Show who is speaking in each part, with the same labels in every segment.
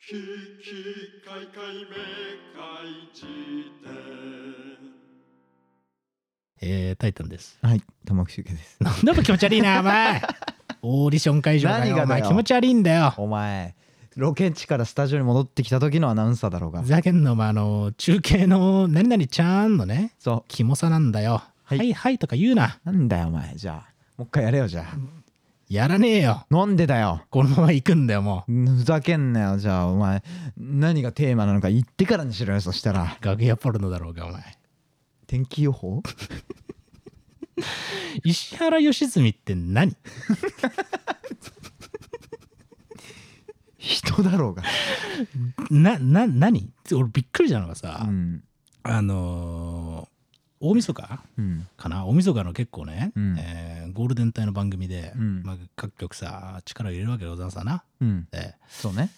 Speaker 1: ききかいかいめかいじ典
Speaker 2: えー、タイタンです。
Speaker 3: はい、玉木修介です。
Speaker 2: なんだも気持ち悪い な、お前。オーディション会場が
Speaker 3: 何
Speaker 2: よ
Speaker 3: がだよ
Speaker 2: お前気持ち悪いんだよ。
Speaker 3: お前、ロケ地からスタジオに戻ってきた時のアナウンサーだろうが
Speaker 2: ふ。ざけんなお前あの、中継の何々ちゃんのね、
Speaker 3: そ
Speaker 2: キモさなんだよ。は、
Speaker 3: はいい
Speaker 2: はい、とか言うな。
Speaker 3: う。なんだよ、お前。じゃあ、もう一回やれよ、じゃ
Speaker 2: やらねえよ。
Speaker 3: あ。飲んでたよ。
Speaker 2: このまま行くんだよ、もう。
Speaker 3: ふざけんなよ、じゃあ、お前。何がテーマなのか言ってからにしろよ、そしたら。
Speaker 2: 楽屋ポルノだろうが、お前。
Speaker 3: 天気予 報
Speaker 2: 石原良純って何
Speaker 3: 人だろうが。
Speaker 2: な、な、何俺びっくりしたのがさ、
Speaker 3: うん。
Speaker 2: あのー大晦日
Speaker 3: うん。
Speaker 2: かな大晦日の結構ね、
Speaker 3: うん
Speaker 2: えーゴールデン帯の番組で、
Speaker 3: うん
Speaker 2: まあ、各局さ力を入れるわけでございますわな、
Speaker 3: うん。
Speaker 2: えー
Speaker 3: そうね。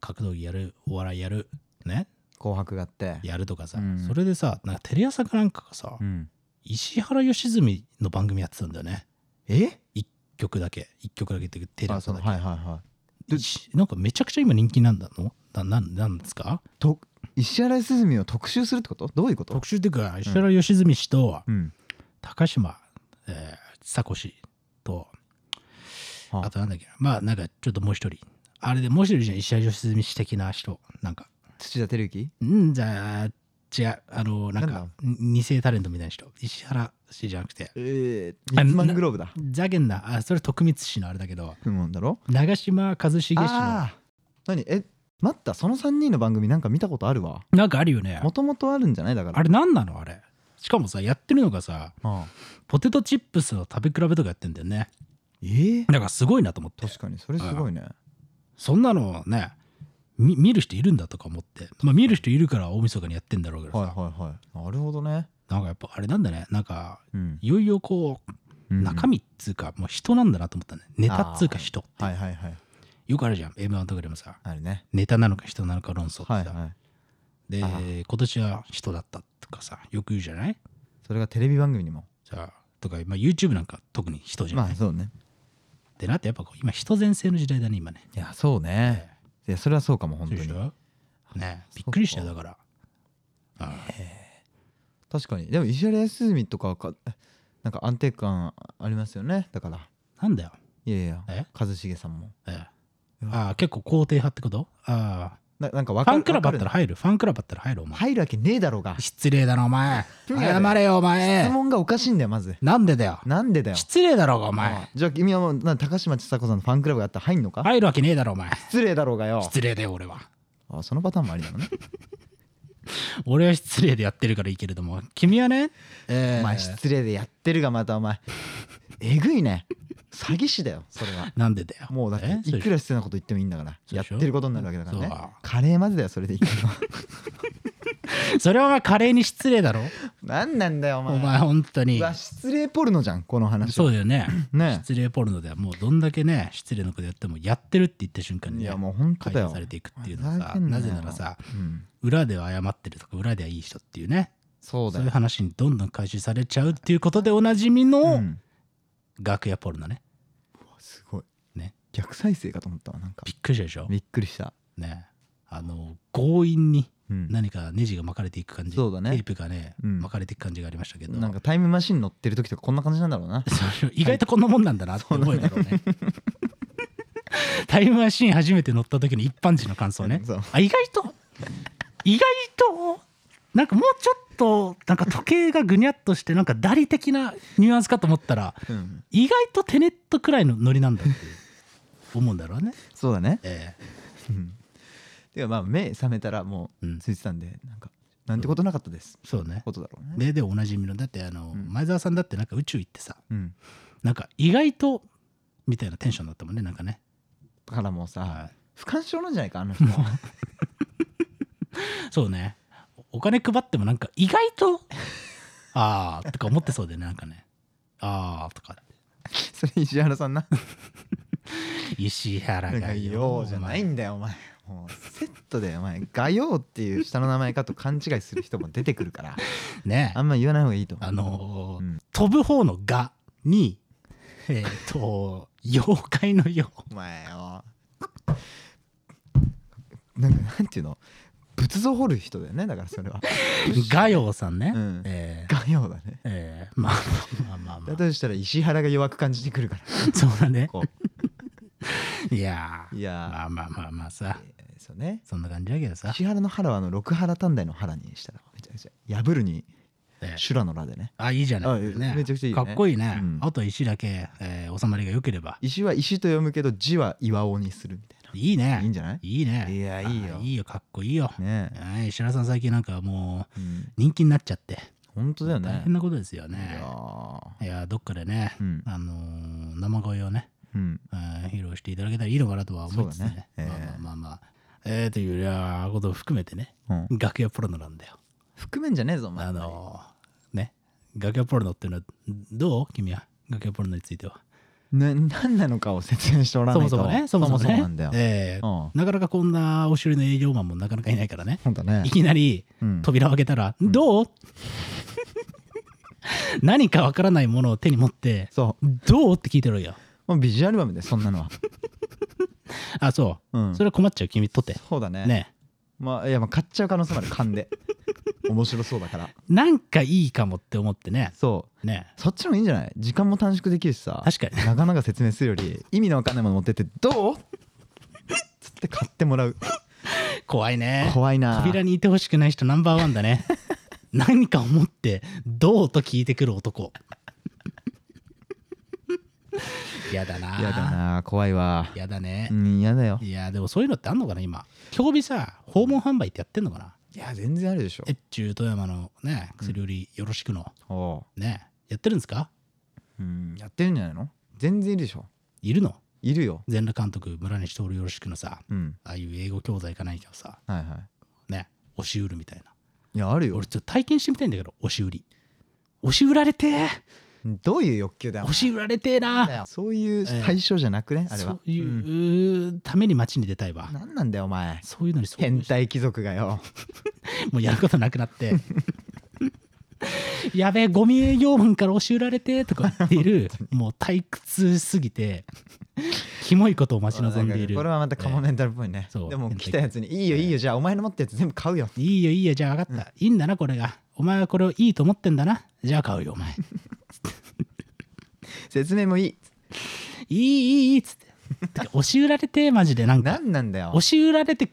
Speaker 2: 格闘技やるお笑いやるね
Speaker 3: 紅白があって。
Speaker 2: やるとかさ、
Speaker 3: うん
Speaker 2: それでさなんかテレ朝かなんかがさ、
Speaker 3: うん。
Speaker 2: 石原良純の番組やってたんだよね
Speaker 3: え
Speaker 2: 一曲だけ一曲だけっていうかテレ
Speaker 3: あ、そ
Speaker 2: 朝
Speaker 3: の、
Speaker 2: だ
Speaker 3: はい
Speaker 2: け、
Speaker 3: はいはい。
Speaker 2: 一なんかめちゃくちゃ今人気なんだのななんなんですか
Speaker 3: と、石原良純を特集するってことどういうこと
Speaker 2: 特集っていうか石原良純氏と
Speaker 3: うん。
Speaker 2: 高島、えー、サコシと
Speaker 3: はあ
Speaker 2: あとなんだっけなまあなんかちょっともう一人あれでもう一人いるじゃん石原良純氏的な人なんか
Speaker 3: 土田照之
Speaker 2: んじゃあ違うあのなん
Speaker 3: な
Speaker 2: か
Speaker 3: ん
Speaker 2: ん二世タレントみたいな人石原氏じゃなくて
Speaker 3: え
Speaker 2: あ
Speaker 3: ー、マングローブだ。
Speaker 2: ザゲンなあそれ徳光氏のあれだけど
Speaker 3: うん、だろ
Speaker 2: 長嶋一茂氏の
Speaker 3: ああー何え待ったその3人の番組なんか見たことあるわ
Speaker 2: なんかあるよね
Speaker 3: もともとあるんじゃないだから
Speaker 2: あれなんなのあれしかもさやってるのがさ
Speaker 3: ああ
Speaker 2: ポテトチップスの食べ比べとかやってんだよね
Speaker 3: えー、
Speaker 2: だからすごいなと思って
Speaker 3: 確かにそれすごいね
Speaker 2: そんなのねみ見る人いるんだとか思って、まあ、見る人いるから大晦日にやってんだろうけどさ、
Speaker 3: はいはいはいなるほどね
Speaker 2: なんかやっぱあれなんだねなんか
Speaker 3: うん
Speaker 2: いよいよこう中身っつうか、もう人なんだなと思ったねネタっつうか人って
Speaker 3: はいはいはい
Speaker 2: よくあるじゃん m 1とかでもさ
Speaker 3: あるね
Speaker 2: ネタなのか人なのか論争ってさ、
Speaker 3: はいはい
Speaker 2: で
Speaker 3: ああ
Speaker 2: 今年は人だったとかさよく言うじゃない
Speaker 3: それがテレビ番組にも
Speaker 2: さあとか、まあ、YouTube なんか特に人じゃな
Speaker 3: ま
Speaker 2: い、
Speaker 3: あそうね
Speaker 2: ってなってやっぱこう今人全盛の時代だね今ね
Speaker 3: いやそうねいやそれはそうかも本
Speaker 2: そう
Speaker 3: 当
Speaker 2: でし
Speaker 3: に
Speaker 2: ょねびっくりしたよだからああ
Speaker 3: 確かにでも石原良純とかはかなんか安定感ありますよねだから
Speaker 2: なんだよ
Speaker 3: いやいや
Speaker 2: え
Speaker 3: 一茂さんも
Speaker 2: ええ、ああ結構肯定派ってことあ
Speaker 3: ななんか
Speaker 2: あ
Speaker 3: わ
Speaker 2: フ
Speaker 3: か
Speaker 2: ァ
Speaker 3: る
Speaker 2: ンクラブあった
Speaker 3: わ
Speaker 2: ら
Speaker 3: かる
Speaker 2: 入るファンクラブあったら入るお前
Speaker 3: 入るわけねえだろうが
Speaker 2: 失礼だなお前
Speaker 3: いやいや
Speaker 2: 謝れよお前
Speaker 3: 質問がおかしいんだよまず
Speaker 2: なんでだよ
Speaker 3: なんでだよ
Speaker 2: 失礼だろうがお前
Speaker 3: じゃあ君はもうな高嶋ちさ子さんのファンクラブがあったら入んのか
Speaker 2: 入るわけねえだろお前
Speaker 3: 失礼だろうがよ
Speaker 2: 失礼だよ俺は
Speaker 3: あそのパターンもありなのね
Speaker 2: 俺は失礼でやってるからいいけれども君はね ええ
Speaker 3: お前失礼でやってるがまたお前えぐいね詐欺師だよそれは
Speaker 2: なんでだよ
Speaker 3: もうだって
Speaker 2: ええ
Speaker 3: いくら失礼なこと言ってもいいんだから
Speaker 2: そう
Speaker 3: や
Speaker 2: で
Speaker 3: っ
Speaker 2: しょ
Speaker 3: てることになるわけだからね
Speaker 2: そう
Speaker 3: カレーまでだよそれでい くのは
Speaker 2: それそれはお前華麗に失礼だろ
Speaker 3: 何なんだよお前
Speaker 2: お前本当に
Speaker 3: うわ失礼ポルノじゃんこの話
Speaker 2: そうだよね
Speaker 3: ね
Speaker 2: 失礼ポルノではもうどんだけね失礼なことやってもやってるって言った瞬間にね
Speaker 3: いやもう本当
Speaker 2: 解
Speaker 3: だ
Speaker 2: 放
Speaker 3: よ
Speaker 2: されていくっていうのは
Speaker 3: ふざ
Speaker 2: さ
Speaker 3: けん
Speaker 2: な
Speaker 3: なよ
Speaker 2: ぜならさ
Speaker 3: うん
Speaker 2: 裏では謝ってるとか裏ではいい人っていうね
Speaker 3: そう
Speaker 2: そ
Speaker 3: だ
Speaker 2: ういう
Speaker 3: よ
Speaker 2: 話にどんどん回収されちゃうっていうことでおなじみ
Speaker 3: う
Speaker 2: の
Speaker 3: ん
Speaker 2: 楽屋ポルノね
Speaker 3: すごい
Speaker 2: ね
Speaker 3: 逆再生かと思ったわなんか
Speaker 2: びっくりしたでしょ
Speaker 3: びっくりした
Speaker 2: ねあの強引に
Speaker 3: うん
Speaker 2: 何かネジが巻かれていく感じ
Speaker 3: そうだね
Speaker 2: テープがね
Speaker 3: うん
Speaker 2: 巻かれていく感じがありましたけど
Speaker 3: なんかタイムマシン乗ってる時とかこんな感じなんだろうな
Speaker 2: それ意外とこんなもんなんだなって思えたろうねタイムマシーン初めて乗った時の一般人の感想ね
Speaker 3: そう
Speaker 2: あ意外と意外となんかもうちょっとなんか時計がぐにゃっとしてなんかダリ的なニュアンスかと思ったら
Speaker 3: うん
Speaker 2: 意外とテネットくらいのノリなんだっていう思うんだろうね。
Speaker 3: そうだね
Speaker 2: ええ
Speaker 3: でまあ目覚めたらも
Speaker 2: うん
Speaker 3: うついてたんでなんかなんてことなかったです
Speaker 2: そうね
Speaker 3: ことだろうね
Speaker 2: ででおなじみのだってあの、
Speaker 3: ん
Speaker 2: 前澤さんだってなんか宇宙行ってさ
Speaker 3: うん
Speaker 2: なんか意外とみたいなテンションだったもんねなんかね。
Speaker 3: だからもう
Speaker 2: は
Speaker 3: さ
Speaker 2: い
Speaker 3: 不干渉なんじゃないか あの人も
Speaker 2: そうねお金配ってもなんか意外 とああとか思ってそうでねなんかねああとか
Speaker 3: それ石原さんな
Speaker 2: 石原
Speaker 3: なん
Speaker 2: が
Speaker 3: か「よう」じゃな
Speaker 2: お前
Speaker 3: いんだよお前もうセットでお前「がよう」っていう下の名前かと勘違いする人も出てくるから
Speaker 2: ね
Speaker 3: あんま言わない方がいいと思う
Speaker 2: あのー
Speaker 3: うん
Speaker 2: 飛ぶ方の「が」にえっ、と妖怪の「よ
Speaker 3: お前よなんかなんていうの仏像掘る人だよねだからそれは
Speaker 2: ガヨさんね、
Speaker 3: うん
Speaker 2: えー
Speaker 3: 画用だね
Speaker 2: えーまあまあまあま
Speaker 3: だ
Speaker 2: あ、
Speaker 3: としたら石原が弱く感じてくるから
Speaker 2: そうだね
Speaker 3: こ
Speaker 2: いや
Speaker 3: う
Speaker 2: ー
Speaker 3: いや
Speaker 2: まあまあまあまあさ
Speaker 3: ーえーそうね
Speaker 2: そんな感じだけどさ、
Speaker 3: 石原の腹はあの六原短大の腹にしたらめちゃくちゃ破るに
Speaker 2: えー
Speaker 3: 修羅の羅でね
Speaker 2: あいいじゃな
Speaker 3: あ
Speaker 2: い、
Speaker 3: え
Speaker 2: ね、
Speaker 3: めちゃくちゃいい
Speaker 2: か
Speaker 3: ね
Speaker 2: っこいいね、
Speaker 3: うん
Speaker 2: あとは石だけ、えー収まりが良ければ
Speaker 3: 石は石と読むけど字は岩尾にするみたい
Speaker 2: いいね
Speaker 3: ないいんじゃない
Speaker 2: いいね
Speaker 3: いやいいよ
Speaker 2: あいいよかっこいいよ、
Speaker 3: ねえ
Speaker 2: はい石原さん最近なんかもう
Speaker 3: うん
Speaker 2: 人気になっちゃって
Speaker 3: 本当だよね
Speaker 2: 大変なことですよ
Speaker 3: い
Speaker 2: ね
Speaker 3: やー
Speaker 2: いやどっかでね、
Speaker 3: うん
Speaker 2: あのー生声をね、
Speaker 3: うん
Speaker 2: うん披露していただけたらいいのかなとは思いつつね
Speaker 3: そうだねええ
Speaker 2: まあまあまあまあえー、というよりはことを含めてね
Speaker 3: うん
Speaker 2: 楽屋ポルノなんだよ
Speaker 3: 含めんじゃねえぞお前
Speaker 2: あのーね楽屋ポルノっていうのはどう君は楽屋ポルノについては
Speaker 3: な何なのかを説明してもらわ
Speaker 2: そ
Speaker 3: な
Speaker 2: も
Speaker 3: いと
Speaker 2: そもねそもそもね
Speaker 3: なんだよ、
Speaker 2: ええ
Speaker 3: うん
Speaker 2: なかなかこんなお尻の営業マンもなかなかいないからね
Speaker 3: ほんとね
Speaker 2: いきなり
Speaker 3: うん
Speaker 2: 扉を開けたら「どう? 」何かわからないものを手に持って
Speaker 3: そ
Speaker 2: 「どう?」って聞いてるわけよ
Speaker 3: うもうビジュアルバムでそんなのは
Speaker 2: あそううん それは困っちゃう君取って
Speaker 3: そうだね
Speaker 2: ね
Speaker 3: まあいやまあ買っちゃう可能性もある勘 で面白そうだから
Speaker 2: なんかいいかもって思ってね
Speaker 3: そう
Speaker 2: ね
Speaker 3: そっちの方がいいんじゃない時間も短縮できるしさ
Speaker 2: 確かに
Speaker 3: なかなか説明するより意味のわかんないもの持ってってどうつって買ってもらう
Speaker 2: 怖いね
Speaker 3: 怖いな
Speaker 2: 扉にいてほしくない人ナンバーワンだ ね何か思って「どう?」と聞いてくる男 やだな
Speaker 3: 嫌だな怖いわ
Speaker 2: やだね
Speaker 3: うん嫌だよ
Speaker 2: いやでもそういうのってあんのかな今競技さ訪問販売ってやってんのかない
Speaker 3: や全然あるでしょ
Speaker 2: 越中富山のね薬売りよろしくの、
Speaker 3: おう
Speaker 2: ねやってるんですか
Speaker 3: うんやってるんじゃないの全然いるでしょ
Speaker 2: いるの
Speaker 3: いるよ
Speaker 2: 全裸監督村西徹よろしくのさ
Speaker 3: うん
Speaker 2: ああいう英語教材かないけどさ
Speaker 3: はいは
Speaker 2: ね押し売るみたいない
Speaker 3: いやあるよ
Speaker 2: 俺ちょっと体験してみたいんだけど押し売り押し売られてえ
Speaker 3: どういう欲求だよ
Speaker 2: 押し売られてえ
Speaker 3: なんだ
Speaker 2: な
Speaker 3: よそういう対象じゃなくね、あれは
Speaker 2: そういうために街に出たいわ、
Speaker 3: うん何なんだよお前
Speaker 2: そういうのにそう
Speaker 3: 変態貴族がよ
Speaker 2: もうやることなくなって やべえゴミ営業マンから押し売られてとか言ってい るもう退屈すぎてキモいことを待ち望んでいる
Speaker 3: これはまたカモメンタルっぽいね、
Speaker 2: えそう
Speaker 3: でも来たやつに「いいよいいよじゃあお前の持ったやつ全部買うよ」
Speaker 2: いいよいいよじゃあ分かった、いいんだなこれがお前はこれをいいと思ってんだなじゃあ買うよお前い
Speaker 3: 説明もいい
Speaker 2: いいいいっつっててか押し売られてマジでなんか
Speaker 3: 何なんだよ
Speaker 2: 押、し売られて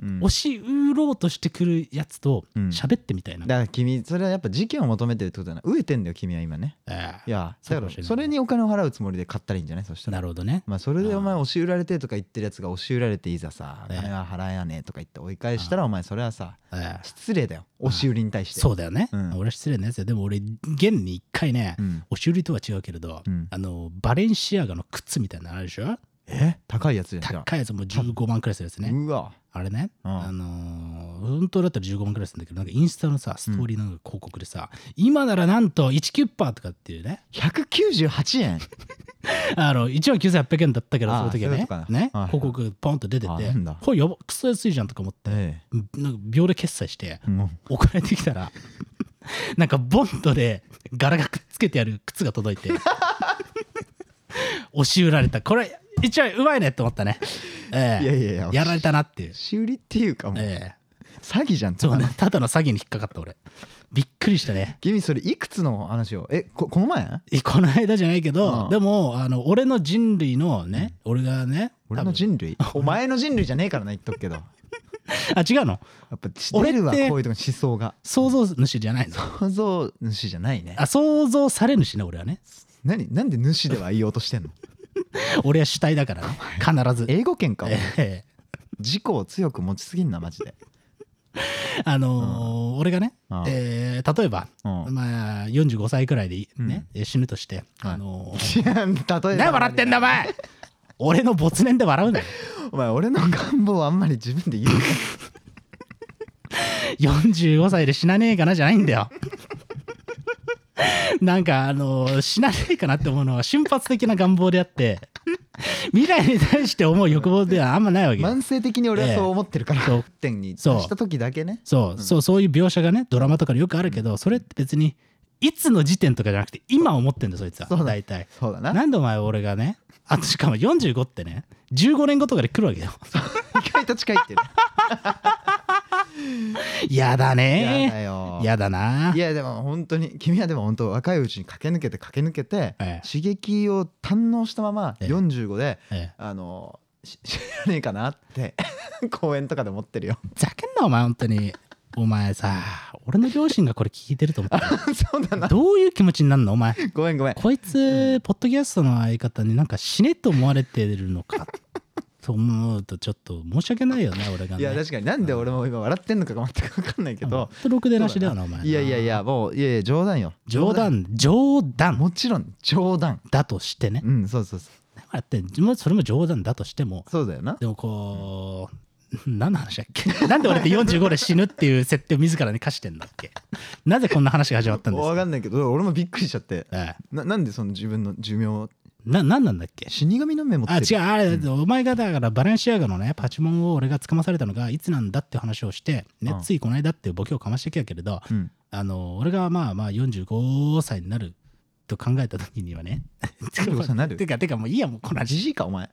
Speaker 3: うん、
Speaker 2: 押し売ろうとしてくるやつと
Speaker 3: うん
Speaker 2: 喋ってみたいな、
Speaker 3: だから君それはやっぱ事件を求めてるってことだな飢えてんだよ君は今ね
Speaker 2: え
Speaker 3: いや
Speaker 2: そうか
Speaker 3: だか
Speaker 2: もしれない
Speaker 3: らそれにお金を払うつもりで買ったらいいんじゃないそし
Speaker 2: え
Speaker 3: たら
Speaker 2: なるほどね
Speaker 3: まあそれでお前押し売られてとか言ってるやつが押し売られていざさ
Speaker 2: ええ
Speaker 3: 金は払えねえとか言って追い返したらお前それはさ
Speaker 2: ええ
Speaker 3: 失礼だよ押し売りに対して
Speaker 2: そうだよね、
Speaker 3: うん
Speaker 2: 俺は失礼なやつだよでも俺現に一回ね、
Speaker 3: うん
Speaker 2: 押し売りとは違うけれど、
Speaker 3: うん
Speaker 2: あのバレンシアガの靴みたいなのあるでしょ
Speaker 3: え高いやつじゃんじゃあ
Speaker 2: 高いやつもう15万くらいするやつね、
Speaker 3: うわ
Speaker 2: あれね、
Speaker 3: うん
Speaker 2: あのー本当だったら15万くらいするんだけどなんかインスタのさストーリーの広告でさ、今ならなんと1キュッパーとかっていうね
Speaker 3: 198円
Speaker 2: あの1万9800円だったけど
Speaker 3: あ
Speaker 2: そ
Speaker 3: あ
Speaker 2: の時は
Speaker 3: そうい
Speaker 2: ね
Speaker 3: うことか
Speaker 2: ね
Speaker 3: はいはい
Speaker 2: 広告ポンと出てて
Speaker 3: あなんだ
Speaker 2: これやばクソ安いじゃんとか思って、
Speaker 3: え
Speaker 2: なんか秒で決済して、
Speaker 3: えも
Speaker 2: 送られてきたらなんかボンドで柄がくっつけてある靴が届いて押し売られたこれ一応うまいねと思ったね、ええ
Speaker 3: いやいやいや
Speaker 2: やられたなっていう
Speaker 3: う、し売りっていうかもう
Speaker 2: ええ
Speaker 3: 詐欺じゃん
Speaker 2: そうねただの詐欺に引っかかった俺びっくりしたね
Speaker 3: 君それいくつの話をえここの前
Speaker 2: えこの間じゃないけど、
Speaker 3: うん
Speaker 2: でもあの俺の人類のね、俺がね
Speaker 3: 俺の人 類お前の人類じゃねえからな言っとくけどや
Speaker 2: 多分あ違うの
Speaker 3: っぱ出るわ
Speaker 2: 俺って
Speaker 3: こういうとこ思想が
Speaker 2: 想像主じゃないぞ
Speaker 3: 想像主じゃないね
Speaker 2: あ想像され主ね俺はね
Speaker 3: 何なんで主では言おうとしてんの
Speaker 2: 俺は主体だからね必ず
Speaker 3: 英語圏かお前
Speaker 2: ええ
Speaker 3: 自己を強く持ちすぎんなマジで
Speaker 2: あのー俺がね、
Speaker 3: うん
Speaker 2: えー例えば、
Speaker 3: うん
Speaker 2: まあ、45歳くらいでいね、えー死ぬとして、あの ー
Speaker 3: 違うん例えば
Speaker 2: 何笑ってんだお 前俺の没年で笑うなよ
Speaker 3: お前俺の願望をあんまり自分で言う
Speaker 2: 45歳で死なねえかなじゃないんだよ なんかあのー死なねえかなって思うのは瞬発的な願望であって 未来に対して思う欲望ではあんまないわけよ
Speaker 3: 慢性的に俺はそう思ってるから、
Speaker 2: ええそう
Speaker 3: 点に
Speaker 2: そう
Speaker 3: した時だけね
Speaker 2: そうそうそういう描写がねドラマとかでよくあるけどそれって別にいつの時点とかじゃなくて今思ってんだよそいつは
Speaker 3: そうだ
Speaker 2: 大体
Speaker 3: そうだな
Speaker 2: なんでお前俺がねあとしかも45ってね15年後とかで来るわけよ
Speaker 3: 意外と近いってね
Speaker 2: やだ
Speaker 3: やだ
Speaker 2: ね
Speaker 3: よ
Speaker 2: やだない
Speaker 3: やでも本当に君はでも本当若いうちに駆け抜けて駆け抜けて
Speaker 2: ええ
Speaker 3: 刺激を堪能したまま
Speaker 2: ええ
Speaker 3: 45で
Speaker 2: ええ
Speaker 3: あのし 知らねえかなって 公園とかで思ってるよ
Speaker 2: ざけんなお前本当にお前さ俺の両親がこれ聞いてると思ったら
Speaker 3: そうだな
Speaker 2: どういう気持ちになるのお前
Speaker 3: ごめんごめん
Speaker 2: こいつポッドキャストの相方になんか死ねと思われてるのか と思うとちょっと申し訳ないよね俺がね
Speaker 3: いや確かになんで俺も今笑ってんのかが全く分かんないけど
Speaker 2: ほんとろくでなしだよなお前ない
Speaker 3: やいやいやもういやいや冗談よ
Speaker 2: 冗談冗談
Speaker 3: もちろん冗談
Speaker 2: だとしてね
Speaker 3: うんそうそうそう
Speaker 2: だからってまあそれも冗談だとしても
Speaker 3: そうだよな
Speaker 2: でもこう何の話だっけ なんで俺って45で死ぬっていう設定を自らに課してんだっけなぜこんな話が始まったんです
Speaker 3: 分
Speaker 2: か
Speaker 3: かんないけど俺もびっくりしちゃって
Speaker 2: ええ
Speaker 3: ななんでその自分の寿命を
Speaker 2: な何なんだっけ
Speaker 3: 死神の目持って
Speaker 2: あ
Speaker 3: る
Speaker 2: 違うあれ、お前がだからバレンシアガのねパチモンを俺が捕まされたのがいつなんだって話をして、ね
Speaker 3: うん
Speaker 2: ついこの間っていうボケをかましてきたけれど
Speaker 3: うん
Speaker 2: あの俺がまあまあ45歳になると考えた時にはね
Speaker 3: 45歳にな る
Speaker 2: てかてかもういいやもうこの話
Speaker 3: じじいかお前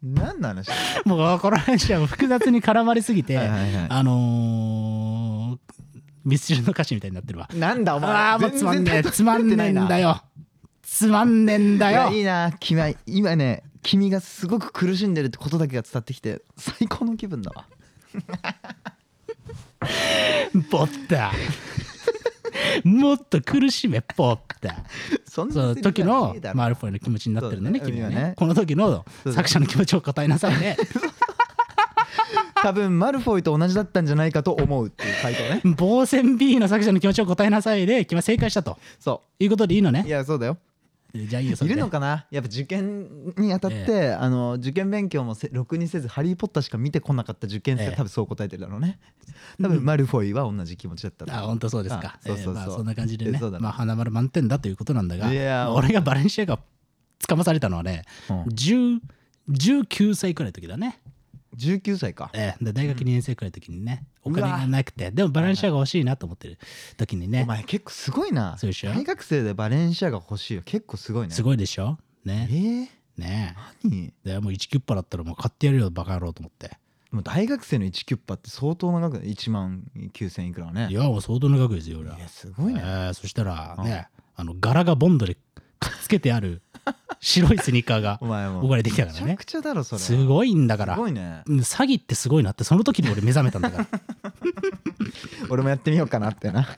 Speaker 3: 何の話は
Speaker 2: もうこの話はもう複雑に絡まりすぎ
Speaker 3: い
Speaker 2: て
Speaker 3: はいは
Speaker 2: あのー、ミスチルの歌詞みたいになってるわ
Speaker 3: いなんだお前
Speaker 2: ああもう
Speaker 3: 全
Speaker 2: つまんねえ
Speaker 3: 然
Speaker 2: つまんねえんだよつまんねえんだ
Speaker 3: いや
Speaker 2: よ
Speaker 3: いいな君は今ね君がすごく苦しんでるってことだけが伝わってきて最高の気分だわ
Speaker 2: ポッタもっと苦しめポッタ
Speaker 3: そ ん
Speaker 2: そ
Speaker 3: な
Speaker 2: の
Speaker 3: セリフ
Speaker 2: 時
Speaker 3: は
Speaker 2: の
Speaker 3: ねえだろ
Speaker 2: マルフォイの気持ちになってるんだね
Speaker 3: そうだね
Speaker 2: 君はね
Speaker 3: 君はね
Speaker 2: この時の
Speaker 3: そうだ
Speaker 2: 作者の気持ちを答えなさいね
Speaker 3: 多分マルフォイと同じだったんじゃないかと思うっていう回答ね
Speaker 2: 防戦 B の作者の気持ちを答えなさいで君は正解したと
Speaker 3: そ
Speaker 2: いうことでいいの
Speaker 3: う
Speaker 2: ね
Speaker 3: いやそうだよ
Speaker 2: じゃあいいよそ
Speaker 3: い
Speaker 2: れ
Speaker 3: る
Speaker 2: で
Speaker 3: のかなやっぱ受験にあたって、
Speaker 2: え
Speaker 3: あの受験勉強もせろくにせず「ハリー・ポッター」しか見てこなかった受験生
Speaker 2: え
Speaker 3: は
Speaker 2: え
Speaker 3: 多分そう答えてるだろうね多分マルフォイは同じ気持ちだったと思
Speaker 2: あ本当そうですか
Speaker 3: あ。そうそうそう
Speaker 2: えーまあそんな感じでね
Speaker 3: えそうだ、ね
Speaker 2: まあ花丸満点だということなんだが、
Speaker 3: いやー
Speaker 2: まあ俺がバレンシアが捕まされたのはね、
Speaker 3: うん
Speaker 2: 10 19歳くらいの時だね。
Speaker 3: 19歳か
Speaker 2: えーで大学2年生くらいの時にね、お
Speaker 3: ん
Speaker 2: 金がなくて、でもバレンシアが欲しいなと思ってる時に
Speaker 3: お
Speaker 2: ね、
Speaker 3: 前結構すごいな
Speaker 2: そうでしょ
Speaker 3: 大学生でバレンシアが欲しいよ結構すごいね
Speaker 2: すごいでしょね。
Speaker 3: えー、
Speaker 2: ね
Speaker 3: 何
Speaker 2: え。でもう1キュッパだったらもう買ってやるよ、バカ野郎と思って。
Speaker 3: もう大学生の1キュッパって相当な額だ1万9000いくらはね
Speaker 2: いや、もう相当な額ですよ、俺は。
Speaker 3: いやすごい
Speaker 2: え
Speaker 3: ね
Speaker 2: ーそしたらね、あの柄がボンドでくっつけてある白いスニーカーが
Speaker 3: お前も
Speaker 2: 置かれてきたか
Speaker 3: め
Speaker 2: ら
Speaker 3: ちゃ
Speaker 2: ね
Speaker 3: く。ちゃだろ それ
Speaker 2: すごいんだから
Speaker 3: す。ごいね
Speaker 2: うん詐欺ってすごいなってその時に俺目覚めたんだから
Speaker 3: 俺もやってみようかなってな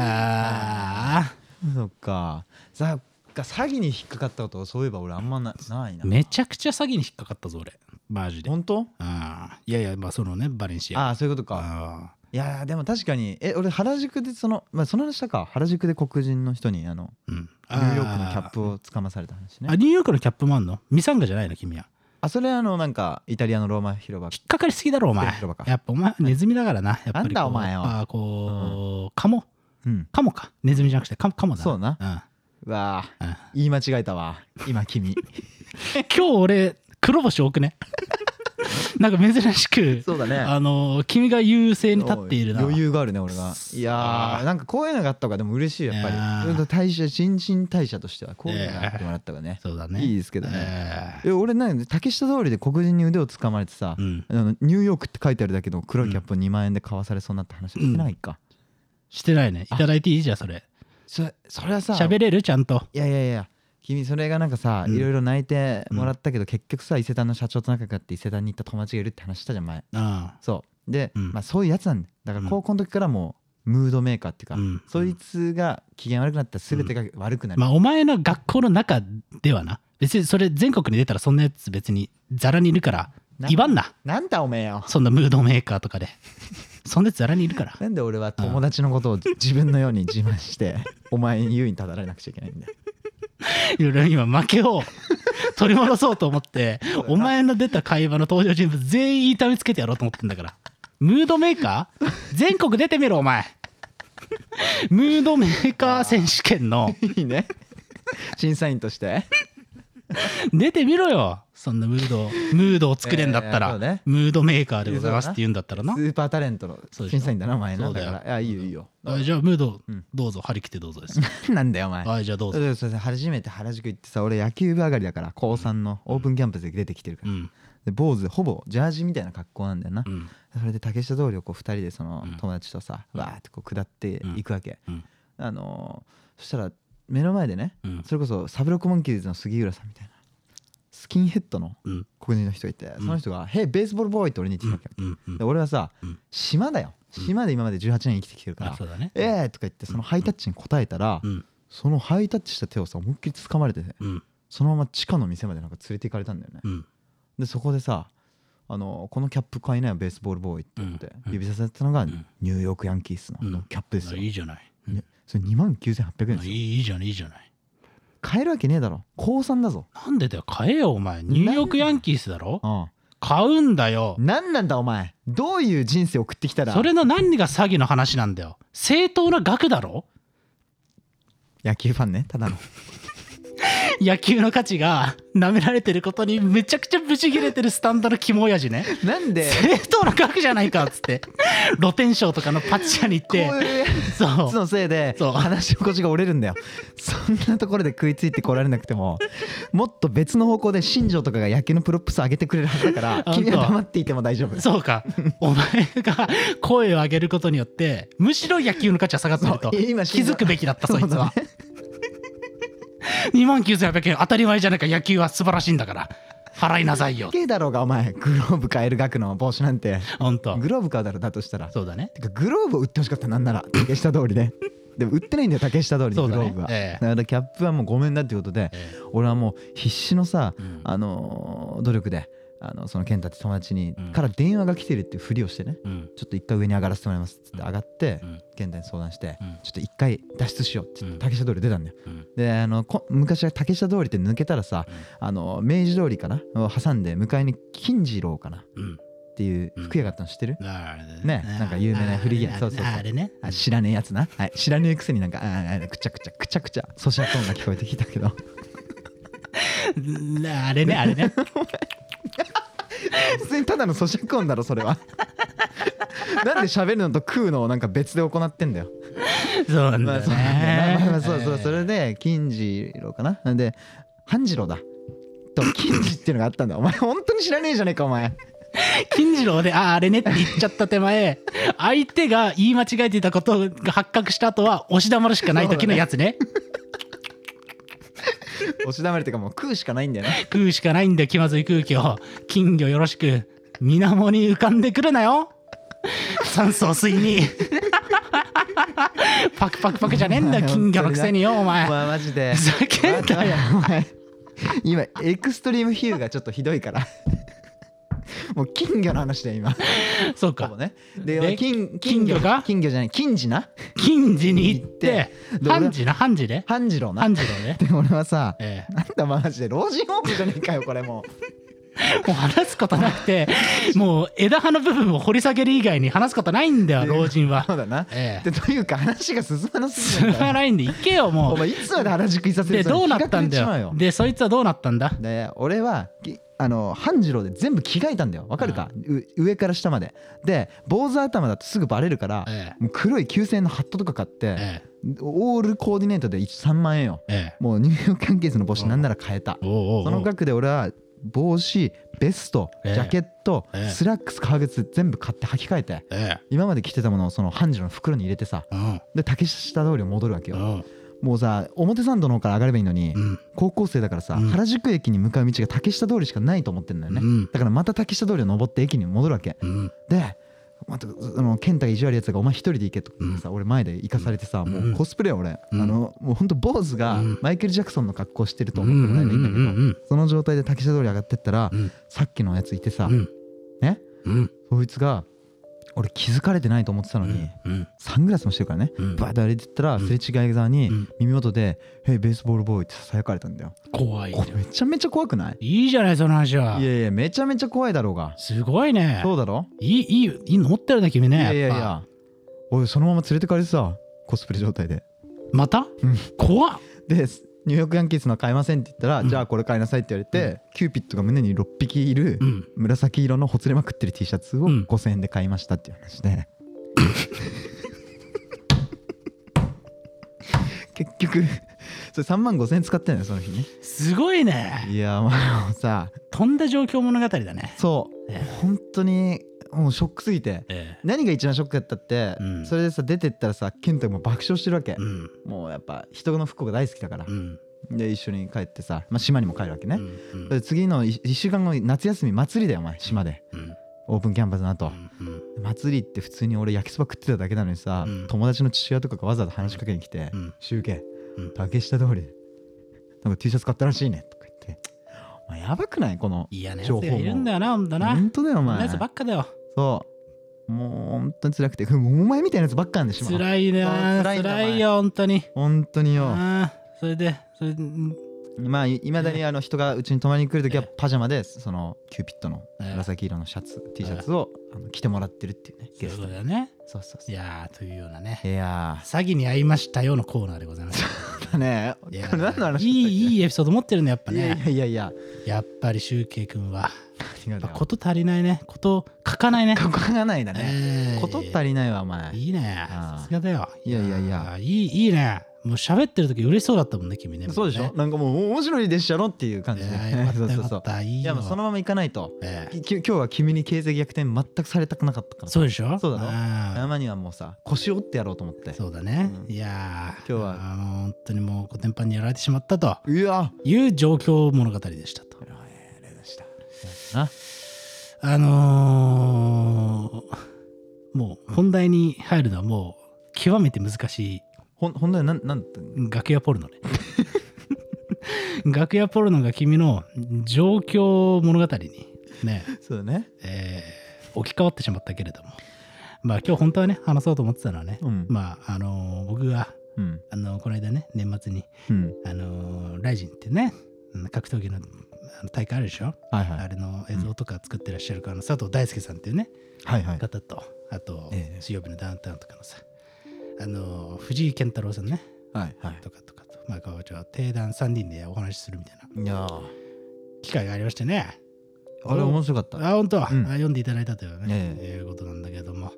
Speaker 2: あ
Speaker 3: そっかさっか詐欺に引っかかったことそういえば俺あんまなないな
Speaker 2: ーめちゃくちゃ詐欺に引っかかったぞ俺マジで
Speaker 3: 本当
Speaker 2: あーいやいやまあそのねバレンシア
Speaker 3: ああそういうことか
Speaker 2: あ
Speaker 3: いやーでも確かにえ俺原宿でそのまあその話したか原宿で黒人の人にあの
Speaker 2: ー、うん、
Speaker 3: ニューヨークのキャッ
Speaker 2: を
Speaker 3: プをつかまされた話ね
Speaker 2: あニューヨークのキャップもあんのミサンガじゃないの君は
Speaker 3: あそれあのなんかイタリアのローマ広場
Speaker 2: 引っかかりすぎだろお前
Speaker 3: 広場か
Speaker 2: やっぱお前ネズミだからなやっぱりこう
Speaker 3: なんだお前は
Speaker 2: やっぱこう、カモ
Speaker 3: うん
Speaker 2: カモかネズミじゃなくてカモカモだ
Speaker 3: そうな
Speaker 2: な、
Speaker 3: うわあ
Speaker 2: うんうん、
Speaker 3: 言い間違えたわ今君
Speaker 2: 今日俺黒星多くねなんか珍しく
Speaker 3: そうだね
Speaker 2: あのー君が優勢に立っているな
Speaker 3: 余裕があるね俺がいや
Speaker 2: あ
Speaker 3: ーなんかこういうのがあった方がでも嬉しいよやっ
Speaker 2: いや
Speaker 3: ぱ
Speaker 2: ー
Speaker 3: り代謝新陳代謝としてはこういうのがあってもらった方がね
Speaker 2: そうだね
Speaker 3: いいですけどね
Speaker 2: え
Speaker 3: え俺なんか竹下通りで黒人に腕をつかまれてさ、
Speaker 2: ーうん
Speaker 3: あのニューヨークって書いてあるだけど黒いキャップを2万円で買わされそうになった話はしてないか、
Speaker 2: してないねい
Speaker 3: あ
Speaker 2: ただいていいじゃんそれ
Speaker 3: それそれはさ
Speaker 2: 喋れるちゃんと
Speaker 3: いやいやいや君それがなんかさ、
Speaker 2: うん
Speaker 3: いろいろ泣いてもらったけど、結局さ伊勢丹の社長と仲良くなって伊勢丹に行った友達がいるって話したじゃん前
Speaker 2: あ
Speaker 3: そうで、
Speaker 2: うん
Speaker 3: まあそういうやつなんだよだから高校の時からもうムードメーカーっていうか、
Speaker 2: あうん
Speaker 3: そいつが機嫌悪くなったら全てが悪くなる、
Speaker 2: まあお前の学校の中ではな別にそれ全国に出たらそんなやつ別にザラにいるから
Speaker 3: な
Speaker 2: 言わんな
Speaker 3: なんだおめえ よ
Speaker 2: そんなムードメーカーとかで そんなやつザラにいる から
Speaker 3: なんで俺は友達のことを自分のように自 慢してお前に優位に立たられなくちゃいけないんだよ
Speaker 2: いろいろ今負け を取り戻そうと思ってお前の出た会話の登場人物全員痛みつけてやろうと思ってんだからムードメーカ ー全国出てみろお前 ムードメーカー選手権の
Speaker 3: いいね審査員として
Speaker 2: 出てみろよそんなムードをムードを作れんだった
Speaker 3: えー
Speaker 2: ら、
Speaker 3: そうね
Speaker 2: ムードメーカーでございますって言うんだったらな
Speaker 3: スーパータレントの
Speaker 2: そうでしょ
Speaker 3: 審査員だなお前な
Speaker 2: そうだ
Speaker 3: だ
Speaker 2: よ
Speaker 3: からいやいいよいいよ
Speaker 2: あじゃあムード
Speaker 3: うん
Speaker 2: どうぞ張り切ってどうぞです
Speaker 3: なんだよお前
Speaker 2: はいじゃあどうぞ
Speaker 3: そうそうそう初めて原宿行ってさ俺野球部上がりだから高3のオープンキャンパスで出てきてるか
Speaker 2: う
Speaker 3: ら、
Speaker 2: ん
Speaker 3: で坊主ほぼジャージみたいな格好なんだよな、
Speaker 2: うん
Speaker 3: それで竹下通りをこう2人でその
Speaker 2: うん
Speaker 3: 友達とさ、わーってこう下っていくわけ、
Speaker 2: うん
Speaker 3: あのーそしたら目の前でね、
Speaker 2: うん
Speaker 3: それこそサブロックモンキーズの杉浦さんみたいなスキンヘッドの
Speaker 2: うん
Speaker 3: 黒人の人がいて、その人が「ヘイベースボールボーイ」って俺に言ってきたわけ、
Speaker 2: うんうん
Speaker 3: で俺はさ、
Speaker 2: うん
Speaker 3: 島だよ島で今まで18年生きてきてるから「
Speaker 2: あそうだね
Speaker 3: えー!」とか言ってそのハイタッチに応えたら、
Speaker 2: うん
Speaker 3: そのハイタッチした手をさ思いっきり掴まれてね
Speaker 2: うん
Speaker 3: そのまま地下の店までなんか連れて行かれたんだよね、
Speaker 2: うん
Speaker 3: でそこでさあのこのキャップ買いなよベースボールボーイって言って、
Speaker 2: うん
Speaker 3: 指さされてたのが
Speaker 2: ん
Speaker 3: ニューヨークヤンキースのあのキャップですよ、
Speaker 2: いいじゃない
Speaker 3: ねそれ2万9800円で
Speaker 2: い
Speaker 3: すよ
Speaker 2: いいいじゃないいいじゃない
Speaker 3: 買えるわけねえだろ高3だぞ
Speaker 2: なんでだよ買えよお前ニューヨークヤンキースだろ
Speaker 3: うん
Speaker 2: 買うんだよ
Speaker 3: 何なんだお前どういう人生送ってきたら
Speaker 2: それの何が詐欺の話なんだよ正当な額だろ
Speaker 3: 野球ファンねただの
Speaker 2: 野球の価値が舐められてることにめちゃくちゃブチ切れてるスタンドのキモ親父ね
Speaker 3: なんで
Speaker 2: 正当な額じゃないかっつって露天商とかのパチ屋に行っ
Speaker 3: こう
Speaker 2: て
Speaker 3: いうやつ
Speaker 2: そう
Speaker 3: のせいで
Speaker 2: そう
Speaker 3: 話の腰が折れる んだよそんなところで食いついてこられなくてももっと別の方向で新庄とかが野球のプロップス上げてくれるはずだから
Speaker 2: あ
Speaker 3: 君
Speaker 2: 本
Speaker 3: は
Speaker 2: 当
Speaker 3: 黙っていても大丈夫
Speaker 2: そうかお前が声を上げることによってむしろ野球の価値は下がってると
Speaker 3: そう今
Speaker 2: 気づくべきだったそいつ は
Speaker 3: そうだね
Speaker 2: 2万9800円当たり前じゃないか野球は素晴らしいんだから払いなさい よ
Speaker 3: けだろうがお前グローブ買える額の帽子なんて
Speaker 2: 本当
Speaker 3: グローブ買うだろだとしたら
Speaker 2: そうだね
Speaker 3: てかグローブを売ってほしかったなんなら竹下通りででも売ってないんだよ竹下通り
Speaker 2: そ
Speaker 3: の
Speaker 2: うだね
Speaker 3: グローブはだ,、
Speaker 2: ええ
Speaker 3: からキャップはもうごめんだっていうことで、
Speaker 2: え
Speaker 3: 俺はもう必死のさ、
Speaker 2: うん
Speaker 3: あのー努力であのその健太って友達に、
Speaker 2: うん
Speaker 3: から電話が来てるっていうふりをしてね
Speaker 2: うん
Speaker 3: ちょっと一回上に上がらせてもらいますっつって上がって、
Speaker 2: うん
Speaker 3: 健太に相談して、
Speaker 2: うん
Speaker 3: ちょっと一回脱出しようって言っ
Speaker 2: う
Speaker 3: て、
Speaker 2: ん
Speaker 3: 竹下通り出たんだよ
Speaker 2: うん
Speaker 3: であのこ昔は竹下通りって抜けたらさ、
Speaker 2: うん
Speaker 3: あの明治通りかなを挟んで向かいに金次郎かな
Speaker 2: うん
Speaker 3: っていう服屋があったの知ってる、
Speaker 2: あれ
Speaker 3: ねなんか有名な古着屋
Speaker 2: あ
Speaker 3: そうそうそう
Speaker 2: あれね
Speaker 3: あ知らねえやつな、はい、知らねえくせになんかあーあーくちゃくちゃくちゃくちゃ粗品トーンが聞こえてきたけど
Speaker 2: うんあれねあれね
Speaker 3: 普通にただの粗品音だろそ れはなんで喋るのと食うのをなんか別で行ってんだよ
Speaker 2: そうなんだ
Speaker 3: まあ
Speaker 2: よ
Speaker 3: そうなんだよ
Speaker 2: ね
Speaker 3: まあまあそうそうそれで金次郎かななんで半次郎だと金次っていうのがあったんだお前本当に知らねえじゃねえかお前
Speaker 2: 金次郎で「あああれね」って言っちゃった手前相手が言い間違えていたことが発覚した後は押し黙るしかない時のやつね
Speaker 3: 押し黙りとかもう食うしかないんだ よね
Speaker 2: 食うしかないんだよ気まずい空気を金魚よろしく水面に浮かんでくるなよ酸素を吸いにパクパクパクじゃねえんだよ金魚のくせによお
Speaker 3: お
Speaker 2: 前
Speaker 3: 前マジで
Speaker 2: ふざけんなよ
Speaker 3: お前今エクストリームヒューがちょっとひどいからもう金魚の話だよ 今
Speaker 2: そう
Speaker 3: ほぼ
Speaker 2: か
Speaker 3: ねで
Speaker 2: で
Speaker 3: 金
Speaker 2: 金魚が
Speaker 3: 金魚じゃない金次な
Speaker 2: 金次に行って
Speaker 3: 行って
Speaker 2: 半次な半次で
Speaker 3: 半次郎な
Speaker 2: 半次郎ね
Speaker 3: で俺はさ
Speaker 2: ええ
Speaker 3: なんだマジで老人ホームじゃねえかよこれも う
Speaker 2: もう話すことなくてもう枝葉の部分を掘り下げる以外に話すことないんだよ老人は
Speaker 3: そうだな
Speaker 2: ええ
Speaker 3: でというか話が進まなす
Speaker 2: す
Speaker 3: ぎ るんだよ
Speaker 2: まないんで行けよも
Speaker 3: お
Speaker 2: う
Speaker 3: 前いつまで原宿いさせる
Speaker 2: で
Speaker 3: つも
Speaker 2: どう
Speaker 3: り
Speaker 2: なったんだ
Speaker 3: 気が狂っちまう
Speaker 2: よでそいつはどうなったんだ
Speaker 3: で俺はきあの半次郎で全部着替えたんだよわかるか、う上から下までで坊主頭だとすぐバレるから、
Speaker 2: え
Speaker 3: もう黒い9000円のハットとか買って、
Speaker 2: え
Speaker 3: オールコーディネートで3万円よ
Speaker 2: ええ
Speaker 3: もうニューヨーク関係者の帽子なんなら買えた、
Speaker 2: えおうおうおう
Speaker 3: その額で俺は帽子ベストジ
Speaker 2: ええ
Speaker 3: ャケット、
Speaker 2: ええ
Speaker 3: スラックス革靴全部買って履き替えて
Speaker 2: え
Speaker 3: 今まで着てたものをその半次郎の袋に入れてさ
Speaker 2: えうん
Speaker 3: で竹下通りを戻るわけよ
Speaker 2: うん
Speaker 3: もうさ表参道の方から上がればいいのに、
Speaker 2: うん
Speaker 3: 高校生だからさ、
Speaker 2: うん
Speaker 3: 原宿駅に向かう道が竹下通りしかないと思ってんだよね、
Speaker 2: うん
Speaker 3: だからまた竹下通りを登って駅に戻るわけ
Speaker 2: うん
Speaker 3: でまたあの健太が意地悪いやつだからお前一人で行けとかさ、俺前で行かされてさ、もうコスプレよ俺、
Speaker 2: うん
Speaker 3: あのもうほんと坊主が
Speaker 2: うん
Speaker 3: マイケル・ジャクソンの格好してると
Speaker 2: う
Speaker 3: 思ってもらえ
Speaker 2: ん
Speaker 3: ばいいんだけど、
Speaker 2: うん
Speaker 3: その状態で竹下通り上がってったら、
Speaker 2: うん
Speaker 3: さっきのやついてさ、
Speaker 2: うん
Speaker 3: ね
Speaker 2: うん
Speaker 3: そいつが俺気づかれてないと思ってた
Speaker 2: う
Speaker 3: のに、
Speaker 2: んうん
Speaker 3: サングラスもしてるからね
Speaker 2: うん
Speaker 3: バーッて歩いてったらすれ違い側に
Speaker 2: うん
Speaker 3: 耳元で「ヘイベースボールボーイ」ってささやかれたんだよ
Speaker 2: 怖い
Speaker 3: これめちゃめちゃ怖くない
Speaker 2: いいじゃないその話はい
Speaker 3: やいやめちゃめちゃ怖いだろうが
Speaker 2: すごいね
Speaker 3: そうだろ
Speaker 2: いいいいいいの持ってるね君ね
Speaker 3: いやいやい
Speaker 2: っぱ
Speaker 3: や俺そのまま連れてかれてさコスプレ状態で
Speaker 2: また
Speaker 3: うん
Speaker 2: 怖っ
Speaker 3: でニューヨークヤンキースの買えませんって言ったら、
Speaker 2: うん
Speaker 3: じゃあこれ買いなさいって言われて、キューピッドが胸に6匹いる
Speaker 2: うん
Speaker 3: 紫色のほつれまくってる T シャツを
Speaker 2: うん
Speaker 3: 5,000円で買いましたっていう 話で結局それ3万5,000円使ってんのよその日ね
Speaker 2: すごいね
Speaker 3: いやまあもうさ
Speaker 2: とんだ状況物語だね
Speaker 3: そう
Speaker 2: え
Speaker 3: 本当にもうショックすぎて
Speaker 2: え
Speaker 3: 何が一番ショックだったって、
Speaker 2: うん
Speaker 3: それでさ出てったらさ健太も爆笑してるわけ
Speaker 2: え、うん
Speaker 3: もうやっぱ人の不幸が大好きだから
Speaker 2: う、ん
Speaker 3: で一緒に帰ってさ、まあ、島にも帰るわけね、
Speaker 2: うん
Speaker 3: で次の1週間後に夏休み祭りだよお前島で
Speaker 2: うん
Speaker 3: オープンキャンパスの後、
Speaker 2: うん
Speaker 3: 祭りって普通に俺焼きそば食ってただけなのにさ、
Speaker 2: うん
Speaker 3: 友達の父親とかがわざわざ話しかけに来て
Speaker 2: うん
Speaker 3: 「集計
Speaker 2: うん
Speaker 3: 竹下通りなんか T シャツ買ったらしいね」とか言って「お前やばくないこの
Speaker 2: 嫌なやつ
Speaker 3: 情
Speaker 2: が
Speaker 3: 報
Speaker 2: いるんだ
Speaker 3: も
Speaker 2: よなほんとな
Speaker 3: 本当だよお
Speaker 2: 嫌な
Speaker 3: 前
Speaker 2: やつばっかだよ
Speaker 3: そうもう本当に辛くてもうお前みたいなやつばっかなんでしま
Speaker 2: 辛いな
Speaker 3: 辛いんだ
Speaker 2: 辛いよ本当に
Speaker 3: 本当によ
Speaker 2: あーそれでそれでうん
Speaker 3: まあいまだにあの人がうちに泊まりに来る時は
Speaker 2: え
Speaker 3: パジャマでそのキューピッドの
Speaker 2: ええ
Speaker 3: 紫色のシャツ T シャツをあの着てもらってるっていうね
Speaker 2: そう
Speaker 3: ゲ
Speaker 2: いう
Speaker 3: ス
Speaker 2: こ
Speaker 3: ト
Speaker 2: と
Speaker 3: に
Speaker 2: だよね
Speaker 3: そうそうそ
Speaker 2: いやーというようなね
Speaker 3: ういや
Speaker 2: 詐欺に遭いましたよのコーナーでござい ます
Speaker 3: ーだねこ
Speaker 2: い
Speaker 3: れ
Speaker 2: や
Speaker 3: 何の話だったっ
Speaker 2: ー
Speaker 3: け
Speaker 2: いいいいエピソード持ってるねやっぱ
Speaker 3: いやい
Speaker 2: ね
Speaker 3: やいやいや
Speaker 2: やっぱりシュウケイ君はや
Speaker 3: 何が
Speaker 2: っ
Speaker 3: だ
Speaker 2: ぱ
Speaker 3: よ
Speaker 2: こと足りないねこと書かないね
Speaker 3: ここがないだね
Speaker 2: えー
Speaker 3: こと足りないわお前
Speaker 2: いいね
Speaker 3: あー
Speaker 2: さすがだよ
Speaker 3: いやいやいや
Speaker 2: ーいいいいねもう喋ってる時嬉しそうだったもんね君ね
Speaker 3: そうでし
Speaker 2: も
Speaker 3: ょなんかもう面白いでっしゃろっていう感
Speaker 2: ね
Speaker 3: じ
Speaker 2: い
Speaker 3: で
Speaker 2: やーよかっ
Speaker 3: そう
Speaker 2: た
Speaker 3: そ
Speaker 2: よ
Speaker 3: う
Speaker 2: か
Speaker 3: そう
Speaker 2: ったいい
Speaker 3: いやもうそのままいかないと
Speaker 2: ええ
Speaker 3: き今日は君に形勢逆転全くされたくなかったから
Speaker 2: そうでしょ
Speaker 3: そうだろ
Speaker 2: あ
Speaker 3: 山にはもうさ腰折ってやろうと思って
Speaker 2: ーそうだね
Speaker 3: うん
Speaker 2: いやー
Speaker 3: 今日は
Speaker 2: あの本当にもうコテンパンにやられてしまったと
Speaker 3: うわ
Speaker 2: いう状況物語でしたと
Speaker 3: ありがとうございましたな
Speaker 2: あのーもう本題に入るのはもう極めて難しい
Speaker 3: ほん本題なんなんだったの
Speaker 2: 楽屋ポルノね 楽屋ポルノが君の状況物語にね、
Speaker 3: そうだね。
Speaker 2: えー置き換わってしまったけれどもまあ今日本当はね話そうと思ってたのはね、
Speaker 3: うん。
Speaker 2: まああのー僕が
Speaker 3: うん。
Speaker 2: あのーこの間ね年末に
Speaker 3: うん。
Speaker 2: あのーライジンってねうん格闘技のあの大会あるでしょ
Speaker 3: はい
Speaker 2: あ
Speaker 3: はい。
Speaker 2: れの映像とか作ってらっしゃるから、佐藤大輔さんっていうね、
Speaker 3: はいはい。
Speaker 2: 方とあと
Speaker 3: ええ
Speaker 2: 水曜日のダウンタウンとかのさあの藤井健太郎さんね、
Speaker 3: はいはい。
Speaker 2: とかとかと前川町定談3人でお話しするみたいない
Speaker 3: や
Speaker 2: 機会がありましてね
Speaker 3: あれ面白かった。
Speaker 2: あ本当、あ
Speaker 3: うん
Speaker 2: 読んでいただいたというね、
Speaker 3: ええ
Speaker 2: いうことなんだけども、ま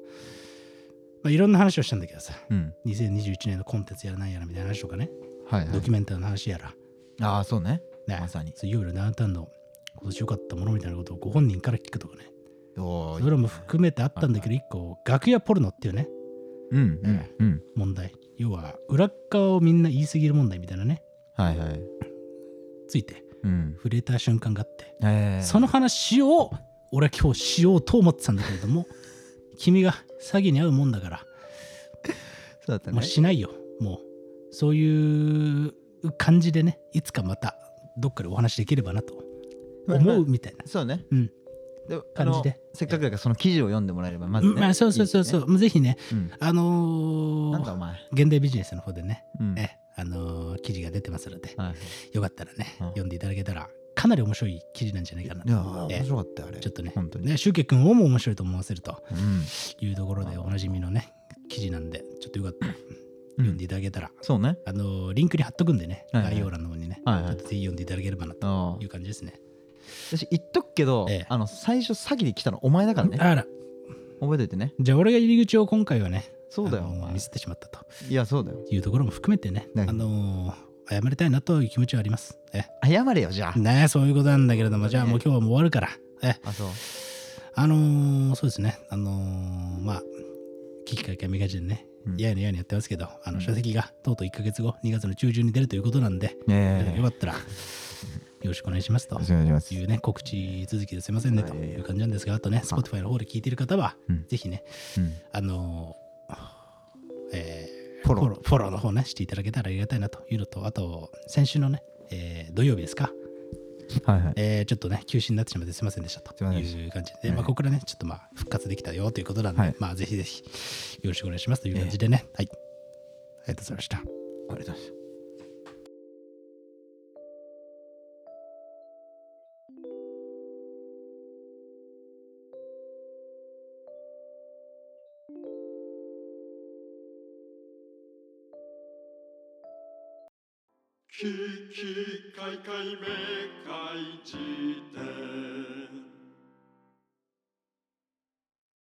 Speaker 2: あ、いろんな話をしたんだけどさ
Speaker 3: うん。
Speaker 2: 2021年のコンテンツやらないやらみたいな話とかね、
Speaker 3: はいは
Speaker 2: ド
Speaker 3: い
Speaker 2: キ。ュメンタリーの話やら
Speaker 3: ああ、そうね。
Speaker 2: ね
Speaker 3: まさに
Speaker 2: 水曜日のダウンタウンの今年良かったものみたいなことをご本人から聞くとかね
Speaker 3: お
Speaker 2: それも含めてあったんだけど一個楽屋ポルノっていうね
Speaker 3: うんうんうん。
Speaker 2: 問題要は裏っ側をみんな言い過ぎる問題みたいなね
Speaker 3: はいはい。
Speaker 2: ついて
Speaker 3: うん。
Speaker 2: 触れた瞬間があって
Speaker 3: ええ。
Speaker 2: その話を俺は今日しようと思ってたんだけれども君が詐欺に遭うもんだから
Speaker 3: そうだった
Speaker 2: もう
Speaker 3: ね。
Speaker 2: しないよもうそういう感じでねいつかまたどっかでお話できればなと
Speaker 3: まあまあ
Speaker 2: 思うみたいな
Speaker 3: そうね。
Speaker 2: うん。
Speaker 3: で、あ
Speaker 2: 感じ
Speaker 3: の
Speaker 2: で
Speaker 3: せっかくだからその記事を読んでもらえればまずね。。
Speaker 2: まあそうそうそうそううぜひね
Speaker 3: うん。
Speaker 2: あの
Speaker 3: なんだお
Speaker 2: ー
Speaker 3: 前。
Speaker 2: 現代ビジネスの方でね
Speaker 3: うん。
Speaker 2: ねあのー記事が出てますので
Speaker 3: はいはい。
Speaker 2: よかったらね、
Speaker 3: うん
Speaker 2: 読んでいただけたら、かなり面白い記事なんじゃないかないと
Speaker 3: や
Speaker 2: 思うん
Speaker 3: ー面
Speaker 2: で、
Speaker 3: 白かったよあれ。
Speaker 2: ちょっとね、
Speaker 3: 本当に。
Speaker 2: ねシュウケイ君をも面白いと思わせると
Speaker 3: うん。
Speaker 2: いうところで、おなじみのね、記事なんで、ちょっとよかったら、読んでいただけたら、
Speaker 3: そうね。
Speaker 2: あのーリンクに貼っとくんでね、
Speaker 3: はいはい
Speaker 2: 概要欄の方にね、
Speaker 3: はいはい
Speaker 2: ちょっとぜひ読んでいただければなと
Speaker 3: あ
Speaker 2: いう感じですね。
Speaker 3: あ。私言っとくけど
Speaker 2: ええ、
Speaker 3: あの最初詐欺で来たのお前だからね。
Speaker 2: あら、
Speaker 3: 覚えといてね。
Speaker 2: じゃあ俺が入り口を今回はね、
Speaker 3: そうだよ
Speaker 2: あの
Speaker 3: お
Speaker 2: ー
Speaker 3: 前
Speaker 2: ミスってしまったと
Speaker 3: いやそうだよ。
Speaker 2: いうところも含めてね、
Speaker 3: ね
Speaker 2: あのー謝りたいなという気持ちはあります。え
Speaker 3: 謝れよじゃあ。
Speaker 2: ねそういうことなんだけれども、じゃあもう今日はもう終わるから。え
Speaker 3: あそう。
Speaker 2: あのー、そうですね、あのー、まあ、危機かけはみがちでね、
Speaker 3: うん
Speaker 2: やいのやいのやってますけど、あ
Speaker 3: う
Speaker 2: の
Speaker 3: ん
Speaker 2: 書籍がとうとう1か月後、2月の中旬に出るということなんで、
Speaker 3: え
Speaker 2: よかったら、よろしくお願いしますと。
Speaker 3: お願いしま
Speaker 2: いうね、告知続きですいませんねという感じなんですが、あとね、Spotify の方で聞いている方は
Speaker 3: うん、
Speaker 2: ぜひね、
Speaker 3: うん
Speaker 2: あのーえー
Speaker 3: フォロー
Speaker 2: フォローの方ね、していただけたらありがたいなというのと、あと、先週のね、えー土曜日ですか、
Speaker 3: はいはい。
Speaker 2: えーちょっとね、休止になってしまってすいませんでしたと
Speaker 3: すいませんでし
Speaker 2: いう感じで、まあ、ここからね、ちょっとまあ復活できたよということなんで、
Speaker 3: はい
Speaker 2: まあ、ぜひぜひよろしくお願いしますという感じでね、はい。ありがとうございました。
Speaker 3: ありがとうございました。
Speaker 1: 「ききかいかいめかいじ典